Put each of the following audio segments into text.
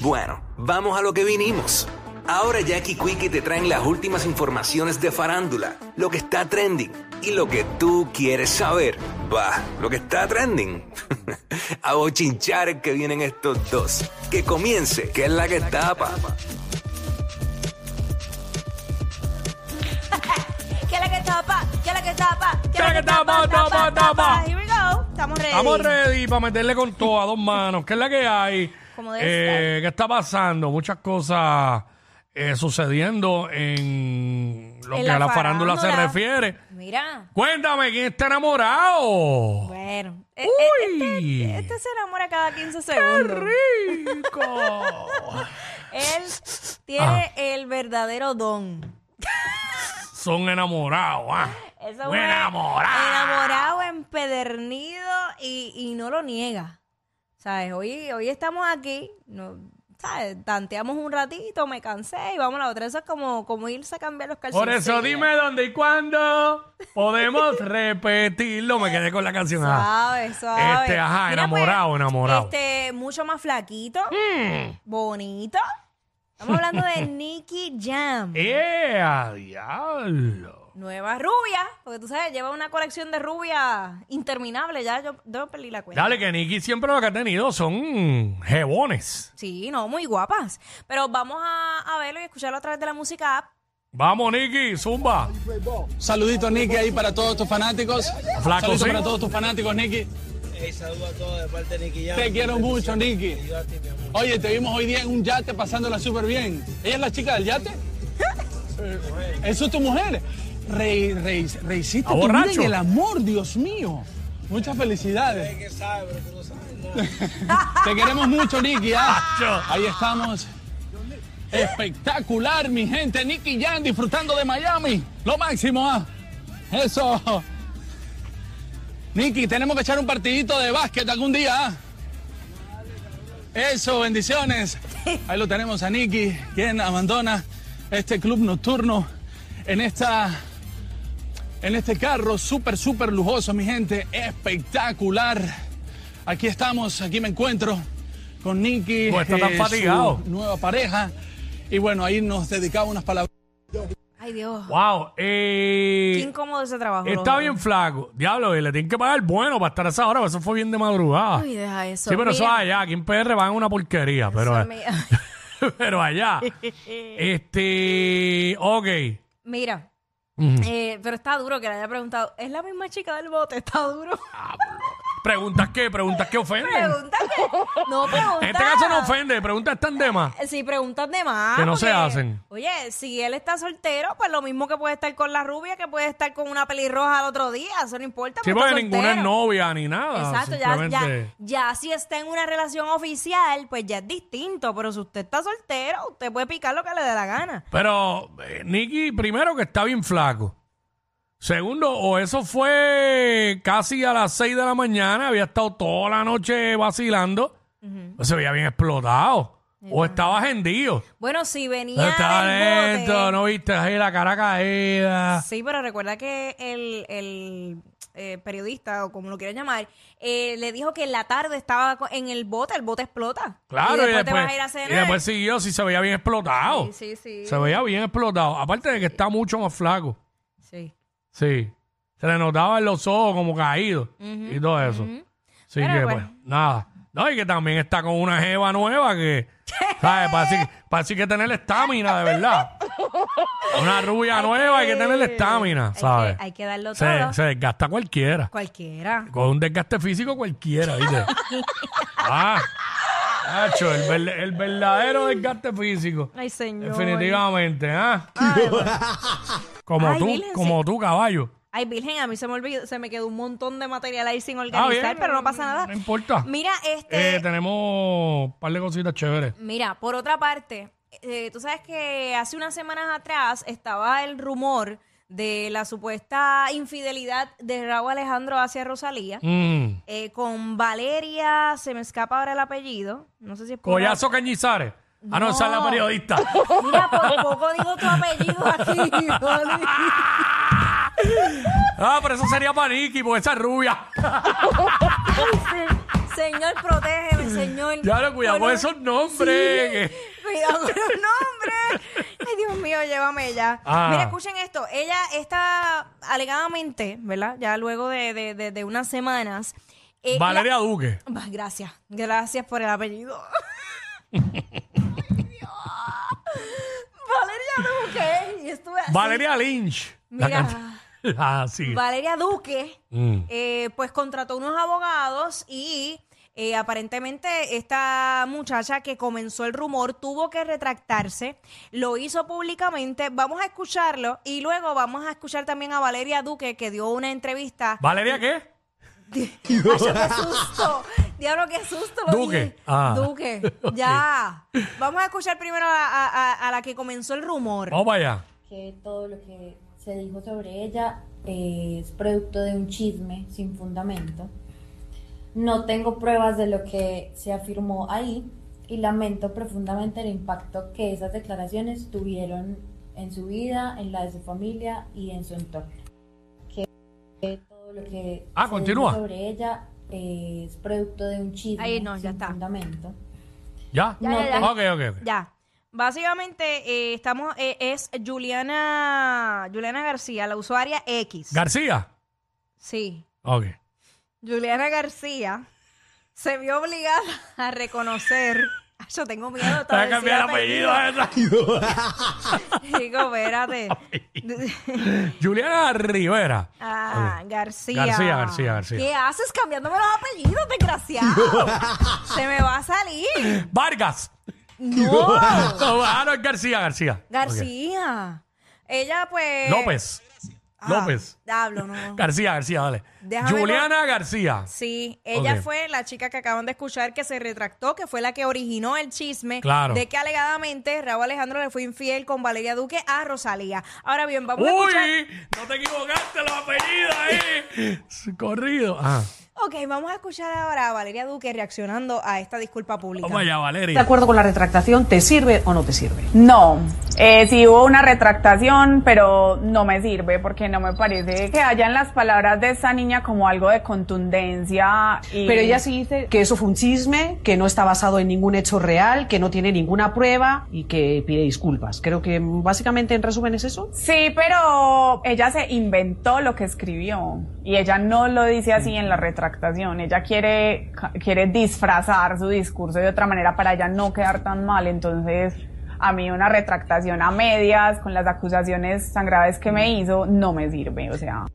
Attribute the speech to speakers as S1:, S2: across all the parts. S1: Bueno, vamos a lo que vinimos. Ahora Jackie Quickie te traen las últimas informaciones de farándula, lo que está trending y lo que tú quieres saber. Va, lo que está trending. a bochinchar que vienen estos dos. Que comience, que es la que tapa.
S2: ¿Qué es la que tapa? ¿Qué es la que tapa?
S3: ¿Qué es la que tapa, tapa, tapa?
S2: Here we go. Estamos ready.
S3: Estamos ready para meterle con todo a dos manos. ¿Qué es la que hay? Eh,
S2: Como debe
S3: ¿Qué está pasando? Muchas cosas eh, sucediendo en lo
S2: En
S3: que
S2: la
S3: a la farándula, se
S2: farándula.
S3: refiere.
S2: Mira.
S3: Cuéntame, ¿quién está enamorado?
S2: Bueno. e-
S3: Uy.
S2: e- Este, este se enamora cada 15 segundos.
S3: ¡Rico!
S2: Él
S3: Ah.
S2: tiene el verdadero don.
S3: Son enamorados. Ah.
S2: Eso
S3: Un
S2: es
S3: enamorado.
S2: Enamorado, empedernido y, y no lo niega. ¿Sabes? Hoy, hoy estamos aquí, no, ¿sabes? Tanteamos un ratito, me cansé y vamos a la otra. Eso es como, como irse a cambiar los calzones.
S3: Por eso dime dónde y cuándo podemos repetirlo. Me quedé con la canción. Ah.
S2: Suave, suave.
S3: Este, ajá,
S2: Mira, pues,
S3: enamorado, enamorado. Mm.
S2: Este, mucho más flaquito, bonito. Estamos hablando de Nicky Jam.
S3: ¡Eh, a diablo!
S2: Nueva rubia, porque tú sabes, lleva una colección de rubia interminable. Ya yo debo perdí la cuenta.
S3: Dale, que Nicky siempre lo que ha tenido son jebones.
S2: Sí, no, muy guapas. Pero vamos a, a verlo y escucharlo a través de la música app.
S3: Vamos, Nicky, zumba.
S4: Saludito, Nicky, ahí para todos tus fanáticos.
S3: Flaco,
S4: Saludito
S3: sí.
S4: para todos tus fanáticos, Nicky.
S5: Saludos a todos de parte de Nicky Jam.
S4: Te quiero mucho, Nicky. Oye, te vimos hoy día en un yate pasándola súper bien. ¿Ella es la chica del yate? Eh, ¿Eso es tu mujer? Re, re, rehiciste
S3: ¿A
S4: tu vida
S3: borracho?
S4: en el amor, Dios mío. Muchas felicidades.
S5: ¿Qué sabe, pero tú no sabes nada.
S4: Te queremos mucho, Nicky. ah.
S3: Yo.
S4: Ahí estamos. Espectacular, mi gente. Nicky Jan disfrutando de Miami. Lo máximo, ah. Eso. Nicky, tenemos que echar un partidito de básquet algún día, ah. Eso, bendiciones. Ahí lo tenemos a Nicky, quien abandona este club nocturno en esta. En este carro súper, súper lujoso, mi gente. Espectacular. Aquí estamos, aquí me encuentro con Nicky. eh,
S3: Tú estás tan
S4: su
S3: fatigado.
S4: Nueva pareja. Y bueno, ahí nos dedicaba unas palabras.
S2: Ay, Dios.
S3: Wow,
S2: Qué
S3: eh,
S2: incómodo ese trabajo.
S3: está
S2: Rolando.
S3: bien flaco. Diablo, y le tienen que pagar bueno para estar a esa hora, porque eso fue bien de madrugada.
S2: Uy, deja eso.
S3: sí, pero eso
S2: Mira,
S3: allá, aquí en PR van una porquería, pero,
S2: eso mira.
S3: pero allá. Este, ok.
S2: Mira,
S3: Ujú.
S2: eh, pero está duro que le haya preguntado. ¿Es la misma chica del bote? Está duro.
S3: ¿Preguntas qué? ¿Preguntas qué ofenden?
S2: Pregunta que. No pregunta.
S3: En este caso no ofende, preguntas están de más.
S2: Si preguntas de más.
S3: Que no se
S2: porque,
S3: hacen.
S2: Oye, si él está soltero, pues lo mismo que puede estar con la rubia, que puede estar con una pelirroja al otro día. Eso no importa.
S3: Sí,
S2: porque
S3: porque
S2: está
S3: ninguna es
S2: soltero.
S3: novia ni nada.
S2: Exacto, ya, ya,
S3: simplemente-
S2: ya si está en una relación oficial, pues ya es distinto. Pero si usted está soltero, usted puede picar lo que le dé la gana.
S3: Pero, eh, Nicky, primero que está bien flaco. Segundo, o eso fue casi a las 6 de la mañana, había estado toda la noche vacilando, o se veía bien explotado, o estaba hendido,
S2: Bueno, si venía.
S3: o estaba
S2: del bote-
S3: lento, no viste ahí la cara caída.
S2: Sí, pero recuerda que el, el, eh, periodista, o como lo quieran llamar, eh, le dijo que en la tarde estaba co- en el bote, el bote explota.
S3: Claro,
S2: y después, te vas a ir a cenar.
S3: y después siguió, sí se veía bien explotado.
S2: sí, sí, sí.
S3: Se veía bien explotado, aparte de que está mucho más flaco.
S2: Sí.
S3: Sí. Se le notaba en los ojos como caído y todo eso. Así
S2: Pero,
S3: que,
S2: pues.
S3: pues, nada. No, y que también está con una jeva nueva que, ¿sabes? Para así, para así que tener estamina, de verdad. Una rubia nueva hay que tener estamina,
S2: que-
S3: ¿sabes?
S2: hay que darlo todo.
S3: se, se desgasta cualquiera.
S2: Cualquiera.
S3: Con un desgaste físico cualquiera, ¿viste? ah, Nacho, el, ver- el verdadero desgaste físico.
S2: Ay, señor.
S3: Definitivamente, ¿ah? Como
S2: Ay,
S3: tú,
S2: Virgen,
S3: como tú, caballo.
S2: Ay, Virgen, a mí se me olvidó, se me quedó un montón de material ahí sin organizar,
S3: Ah, bien,
S2: pero no pasa nada.
S3: no importa.
S2: Mira, este.
S3: Eh, tenemos un par de cositas chéveres.
S2: Mira, por otra parte, eh, tú sabes que hace unas semanas atrás estaba el rumor de la supuesta infidelidad de Raúl Alejandro hacia Rosalía
S3: Mm.
S2: eh, con Valeria, se me escapa ahora el apellido, no sé si es por-
S3: Collazo Cañizares. Ah, no, esa es la
S2: No.
S3: periodista.
S2: Mira, por poco digo tu apellido aquí. Oli.
S3: Ah, pero eso sería para Nicky, porque esa es rubia.
S2: Se- señor, protégeme, señor.
S3: Ya lo cuidado con
S2: Bueno,
S3: esos nombres.
S2: Cuidado con los nombres. Ay, Dios mío, llévame ya.
S3: Ah.
S2: Mira, escuchen esto. Ella está alegadamente, ¿verdad? Ya luego de, de- de- de unas semanas. eh,
S3: Valeria Duque.
S2: la- Bah, Gracias. Gracias por el apellido. Valeria Duque. Y estuve así.
S3: Valeria Lynch. La
S2: Mira.
S3: cantante. Ah, sí.
S2: Valeria Duque,
S3: Mm.
S2: eh, pues contrató unos abogados y eh, aparentemente esta muchacha que comenzó el rumor tuvo que retractarse, lo hizo públicamente, vamos a escucharlo y luego vamos a escuchar también a Valeria Duque que dio una entrevista.
S3: ¿Valeria qué?
S2: Ay, ¡Qué susto! Diablo, qué susto. lo
S3: Duque.
S2: dije.
S3: Ah.
S2: Duque, ya. Vamos a escuchar primero a, a- a- a la que comenzó el rumor.
S3: Vamos para allá.
S6: que todo lo que se dijo sobre ella eh, es producto de un chisme sin fundamento. No tengo pruebas de lo que se afirmó ahí y lamento profundamente el impacto que esas declaraciones tuvieron en su vida, en la de su familia y en su entorno. Que, que todo lo que
S3: Ah,
S6: se
S3: continúa.
S6: dijo sobre ella eh, es producto de un chisme
S2: Ahí no, ya
S6: sin
S2: está.
S6: fundamento.
S3: ¿Ya?
S2: Ya, ya, ya.
S3: Ok, ok, ok.
S2: Ya. Básicamente eh, estamos eh, es Juliana Juliana García, la usuaria X.
S3: ¿García?
S2: sí.
S3: Ok.
S2: Juliana García se vio obligada a reconocer. Ay, Yo tengo miedo de
S3: Te voy a cambiar el apellido ¿eh? a esa.
S2: Digo, espérate.
S3: Juliana Rivera.
S2: Ah, García.
S3: García, García, García.
S2: ¿Qué haces cambiándome los apellidos, desgraciado? se me va a salir.
S3: Vargas.
S2: No.
S3: No, ah, no, es García, García.
S2: García. Ella,
S3: Ok.
S2: pues.
S3: López.
S2: Ah,
S3: López.
S2: Diablo, no.
S3: García, García, dale.
S2: Déjame
S3: Juliana García.
S2: Sí, ella
S3: Ok.
S2: fue la chica que acaban de escuchar que se retractó, que fue la que originó el chisme
S3: Claro.
S2: de que alegadamente Raúl Alejandro le fue infiel con Valeria Duque a Rosalía. Ahora bien, vamos a escuchar.
S3: Uy, no te equivocaste los apellidos ahí. Corrido. Ah,
S2: Ok, vamos a escuchar ahora a Valeria Duque reaccionando a esta disculpa pública.
S3: vamos allá,
S7: de
S3: Valeria.
S7: acuerdo con la retractación, ¿te sirve o no te sirve?
S8: No, eh, sí hubo una retractación, pero no me sirve porque no me parece que haya en las palabras de esa niña como algo de contundencia. Y
S7: Pero ella sí dice que eso fue un chisme, que no está basado en ningún hecho real, que no tiene ninguna prueba y que pide disculpas. Creo que mm, básicamente en resumen es eso.
S8: Sí, pero ella se inventó lo que escribió y ella no lo dice así en la retractación. Ella quiere, ca- quiere disfrazar su discurso de otra manera para ella no quedar tan mal. Entonces, a mí una retractación a medias con las acusaciones tan graves que me hizo no me sirve. O sea.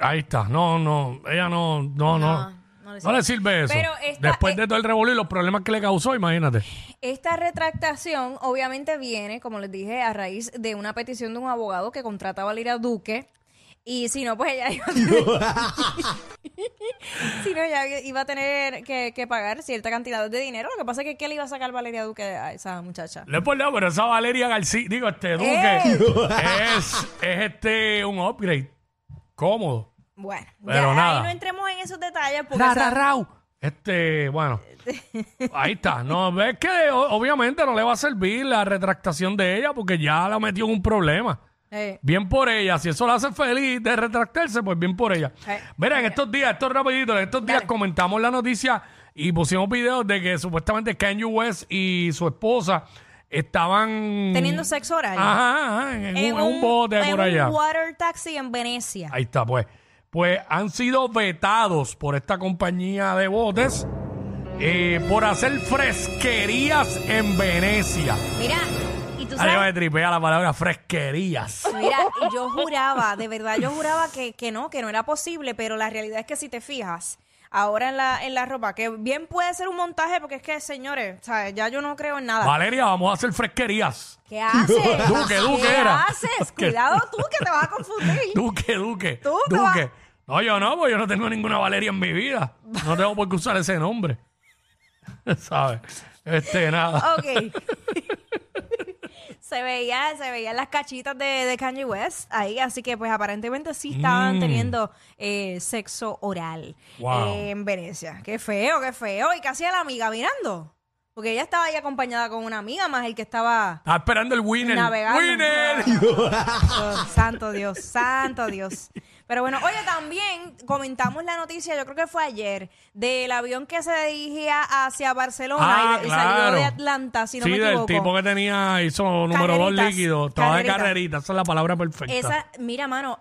S3: Ahí está. No, no, ella no, no, no.
S2: No, no
S3: No,
S2: le sirve.
S3: le sirve eso.
S2: Pero esta-
S3: Después
S2: eh-
S3: de todo el revuelo y los problemas que le causó, imagínate.
S2: Esta retractación obviamente viene, como les dije, a raíz de una petición de un abogado que contrata a Valeria Duque. Y si no, pues ella iba a tener, si no, ella iba a tener que, que pagar cierta cantidad de dinero. Lo que pasa es que ¿qué le iba a sacar Valeria Duque a esa muchacha?
S3: Le he portado, pero esa Valeria García, digo, este Duque,
S2: ¡Ey!
S3: es, es este un upgrade. Cómodo.
S2: Bueno, ya
S3: Pero nada.
S2: ahí no entremos en esos detalles porque
S3: Ra,
S2: o sea,
S3: ra, rau. Este, bueno. Ahí está. No, ves que o- obviamente no le va a servir la retractación de ella porque ya la metió en un problema.
S2: eh,
S3: Bien por ella. Si eso la hace feliz de retractarse, pues bien por ella.
S2: Eh,
S3: Mira, en estos días, estos rapiditos, en estos días comentamos la noticia y pusimos videos de que supuestamente Kanye West y su esposa estaban...
S2: teniendo sexo oral.
S3: Ajá, ajá, en, un, en un bote
S2: en
S3: por
S2: un
S3: allá.
S2: water taxi en Venecia.
S3: Ahí está, pues. Pues han sido vetados por esta compañía de botes eh, por hacer fresquerías en Venecia.
S2: Mira, y tú
S3: Ahí
S2: sabes
S3: me tripea la palabra fresquerías.
S2: Mira, y yo juraba, de verdad, yo juraba que, que no, que no era posible, pero la realidad es que si te fijas, ahora en la, en la ropa, que bien puede ser un montaje, porque es que, señores, ¿sabes? ya yo no creo en nada.
S3: Valeria, vamos a hacer fresquerías.
S2: ¿Qué haces?
S3: Duque, Duque
S2: ¿Qué
S3: era.
S2: haces?
S3: ¿Qué?
S2: Cuidado tú, que te vas a confundir.
S3: Duque, Duque.
S2: Tú te
S3: Duque. No, yo no, pues yo no tengo ninguna Valeria en mi vida. No tengo por qué usar ese nombre. ¿Sabes? Este, nada.
S2: Ok. se veía, se veían las cachitas de, de Kanye West ahí, así que pues aparentemente sí estaban
S3: Mm.
S2: teniendo eh, sexo oral
S3: Wow.
S2: eh, en Venecia. Qué feo, qué feo. Y casi a la amiga mirando. Porque ella estaba ahí acompañada con una amiga, más el que estaba
S3: Está esperando el winner.
S2: Navegando.
S3: ¡Winner!
S2: Oh, santo Dios, santo Dios. Pero bueno, oye, también comentamos la noticia, yo creo que fue ayer, del avión que se dirigía hacia Barcelona
S3: Ah,
S2: y, y
S3: claro.
S2: salió de Atlanta, si no
S3: sí,
S2: me
S3: del
S2: equivoco.
S3: tipo que tenía, hizo número dos
S2: Carreritas,
S3: líquido, estaba de
S2: carreritas.
S3: carrerita, esa es la palabra perfecta.
S2: Esa, mira, mano,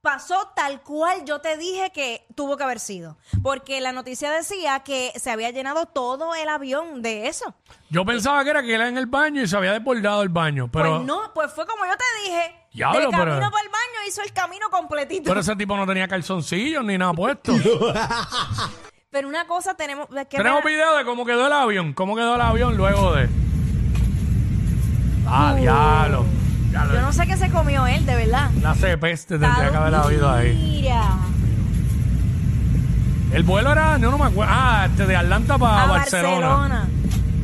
S2: pasó tal cual yo te dije que tuvo que haber sido. Porque la noticia decía que se había llenado todo el avión de eso.
S3: Yo pensaba que era que era en el baño y se había desbordado el baño, pero,
S2: pues no, pues fue como yo te dije.
S3: Diablo,
S2: de camino
S3: pero-
S2: para el baño hizo el camino completito.
S3: pero ese tipo no tenía calzoncillos ni nada puesto.
S2: Pero una cosa tenemos... ¿qué
S3: Tenemos
S2: pena?
S3: video de cómo quedó el avión, cómo quedó el avión luego de... Ah, diablo.
S2: Uh. Yo no sé qué se comió él, de verdad.
S3: La cepeste tendría que haber habido ahí.
S2: Mira.
S3: El vuelo era, no, no me acuerdo, ah, este, de Atlanta para
S2: a
S3: Barcelona.
S2: Barcelona.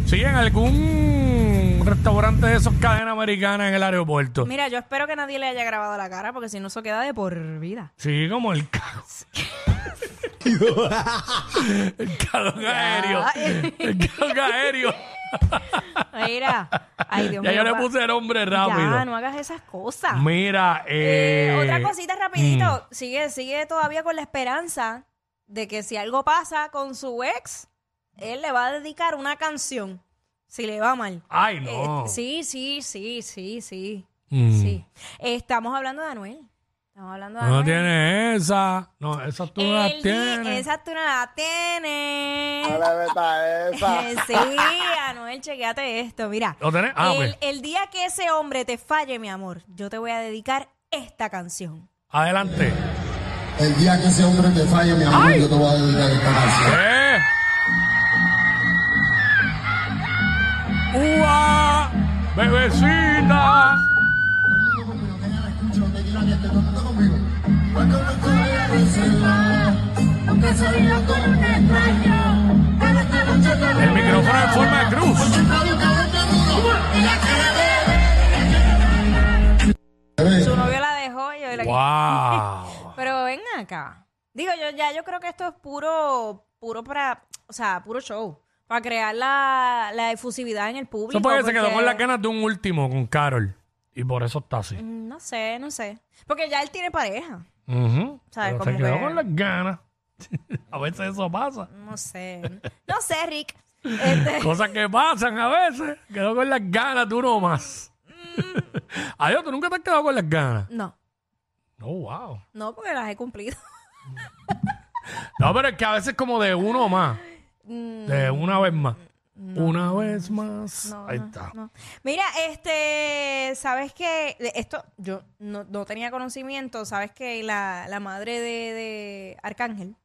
S3: Sí, en algún restaurante de esos cadenas americanas en el aeropuerto.
S2: Mira, yo espero que nadie le haya grabado la cara porque si no, eso queda de por vida.
S3: Sí, como el cago. el cago aéreo. El cago aéreo.
S2: Mira. Ay, Dios
S3: ya
S2: mío.
S3: yo le
S2: pa-
S3: puse el nombre
S2: Ya,
S3: rápido.
S2: no hagas esas cosas.
S3: Mira, eh,
S2: Eh, otra cosita rapidito.
S3: Mm.
S2: Sigue, sigue todavía con la esperanza de que si algo pasa con su ex, él le va a dedicar una canción. Si le va mal.
S3: Ay, no.
S2: Eh, sí, sí, sí, sí, sí.
S3: Mm.
S2: Sí. Eh, estamos hablando de Anuel. Estamos hablando de
S3: No
S2: Anuel.
S3: tiene esa. No, esa tú no la
S2: El di-
S3: tienes.
S2: Esa tú no la tienes. sí, Anuel, chequeate esto. Mira,
S3: ¿Lo tenés? Ah,
S2: el,
S3: ok.
S2: el día que ese hombre te falle, mi amor, yo te voy a dedicar esta canción.
S3: Adelante.
S9: El día que ese hombre te falle, mi amor, yo te voy a dedicar esta canción.
S3: ¿Qué? Uva, bebecita.
S9: Escucha, te quiero, Ariel, te contesto conmigo. Cuando me tuve de celular, nunca salía con un extraño. Pero esta noche te
S3: El micrófono en forma de cruz.
S2: Su novio la dejó. Yo la
S3: Wow.
S2: Pero ven acá. Digo, yo ya yo creo que esto es puro, puro para, o sea, puro show. Para crear la, la efusividad en el público.
S3: Eso puede que se quedó
S2: porque-
S3: con las ganas de un último con Carol. Y por eso está así.
S2: Mm, No sé, no sé. Porque ya él tiene pareja.
S3: Ujú.
S2: ¿Sabes?
S3: Pero se
S2: Como
S3: quedó
S2: que-
S3: con las ganas. a veces eso pasa.
S2: No sé. No sé, Rick. Este,
S3: Cosas que pasan a veces. Quedó con las ganas tú nomás.
S2: Mm.
S3: Adiós, tú nunca te has quedado con las ganas.
S2: no,
S3: No, wow.
S2: no, porque las he cumplido.
S3: No, pero es que a veces como de uno más.
S2: Mm.
S3: De una vez más. una vez más.
S2: No,
S3: Ahí
S2: no,
S3: está.
S2: no. Mira, este, sabes que esto yo no, no tenía conocimiento, sabes que la, la madre de, de Arcángel,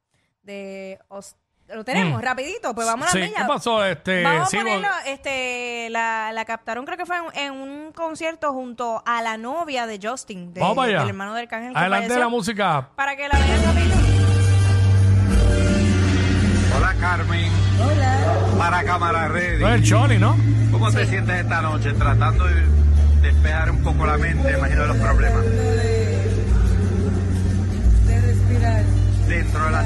S2: de Os- lo tenemos, rapidito, pues vamos a
S3: Mm. sí,
S2: la
S3: ¿qué
S2: milla.
S3: pasó? Este,
S2: Vamos
S3: sí,
S2: a ponerlo,
S3: porque-
S2: este, la, la captaron, creo que fue en, en un concierto junto a la novia de Justin, de-
S3: vamos para allá.
S2: del hermano de Arcángel. que
S3: Adelante de
S2: falleció,
S3: la música.
S2: Para que la vean rapidito.
S10: Hola Carmen. Hola. Para cámara ready.
S3: No es el Choli, ¿no?
S10: ¿Cómo te sientes esta noche tratando de despejar un poco la mente, imagino de los problemas? Dentro de la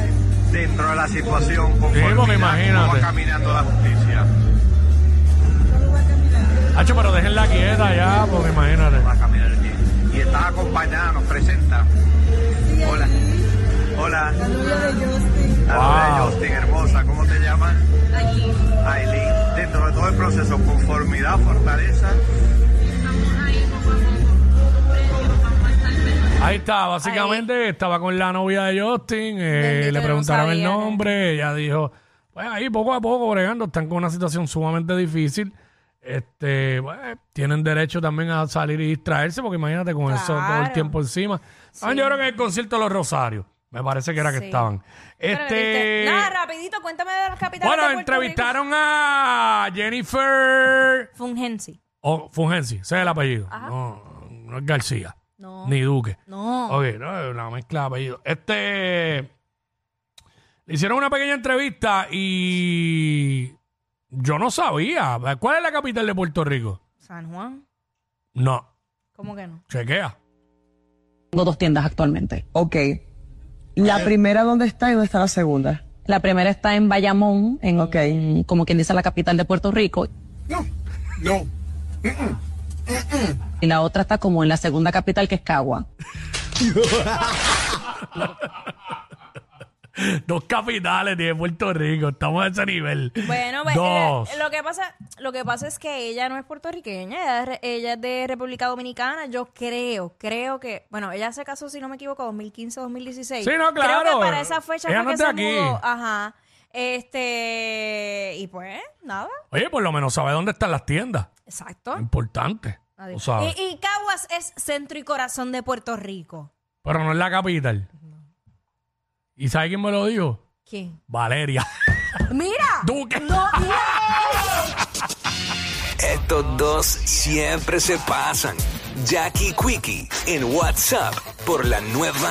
S10: dentro de la situación conformidad,
S3: porque imagínate.
S10: cómo va caminando la justicia.
S3: Hacho, pero déjenla quieta ya, porque imagínate.
S10: Va a caminar bien. Y estás acompañada, nos presenta. Hola. Hola. Saluda de
S3: Wow.
S10: Justin, hermosa. ¿Cómo te llamas? Aileen. Dentro de todo el proceso, conformidad, fortaleza.
S3: Ahí está, básicamente estaba con la novia de Justin, eh,
S2: Bendito,
S3: le
S2: yo no
S3: preguntaron el
S2: sabía, ¿no?
S3: nombre, ella dijo, pues ahí poco a poco bregando, están con una situación sumamente difícil. Este, pues, tienen derecho también a salir y distraerse, porque imagínate con eso todo el
S2: Claro.
S3: tiempo encima. Ah, yo creo que en el concierto de los Rosarios, me parece que era que
S2: Sí.
S3: estaban.
S2: Pero,
S3: Este,
S2: ¿viste? Nada, rapidito, cuéntame de las capitales
S3: bueno,
S2: de Puerto
S3: entrevistaron a Jennifer
S2: Rico. Fungensi.
S3: o Fungensi, ese es el apellido. No, no es García,
S2: No.
S3: ni Duque.
S2: No.
S3: Ok, no, la mezcla de apellidos. Este. Le hicieron una pequeña entrevista y. Yo no sabía. ¿Cuál es la capital de Puerto Rico?
S2: San Juan.
S3: No.
S2: ¿Cómo que no?
S3: Chequea.
S8: Tengo dos tiendas actualmente.
S7: Ok. ¿La primera dónde está y dónde está la segunda?
S8: La primera está en Bayamón, en, en, como quien dice la capital de Puerto Rico.
S4: No, no.
S8: Y la otra está como en la segunda capital que es Cagua.
S3: Dos capitales de Puerto Rico, estamos a ese nivel.
S2: Bueno, pues,
S3: Dos.
S2: eh, lo que pasa, lo que pasa es que ella no es puertorriqueña, ella es, re- ella es de República Dominicana. Yo creo, creo que, bueno, ella se casó si no me equivoco 2015 2016.
S3: Sí, no, claro.
S2: Creo que para esa fecha fue
S3: Ella no
S2: que
S3: está
S2: se
S3: aquí.
S2: mudó. Ajá. Este y pues nada,
S3: Oye, por lo menos sabe dónde están las tiendas.
S2: exacto.
S3: Importante.
S2: Nadie-
S3: Tú sabes.
S2: ¿Ah? Y, y Caguas es centro y corazón de Puerto Rico.
S3: Pero no es la capital. ¿Y sabe quién me lo dijo?
S2: ¿Quién?
S3: Valeria.
S2: Mira.
S3: Duque.
S2: No, mira.
S1: Estos dos siempre se pasan. Jackie Quickie en WhatsApp por la nueva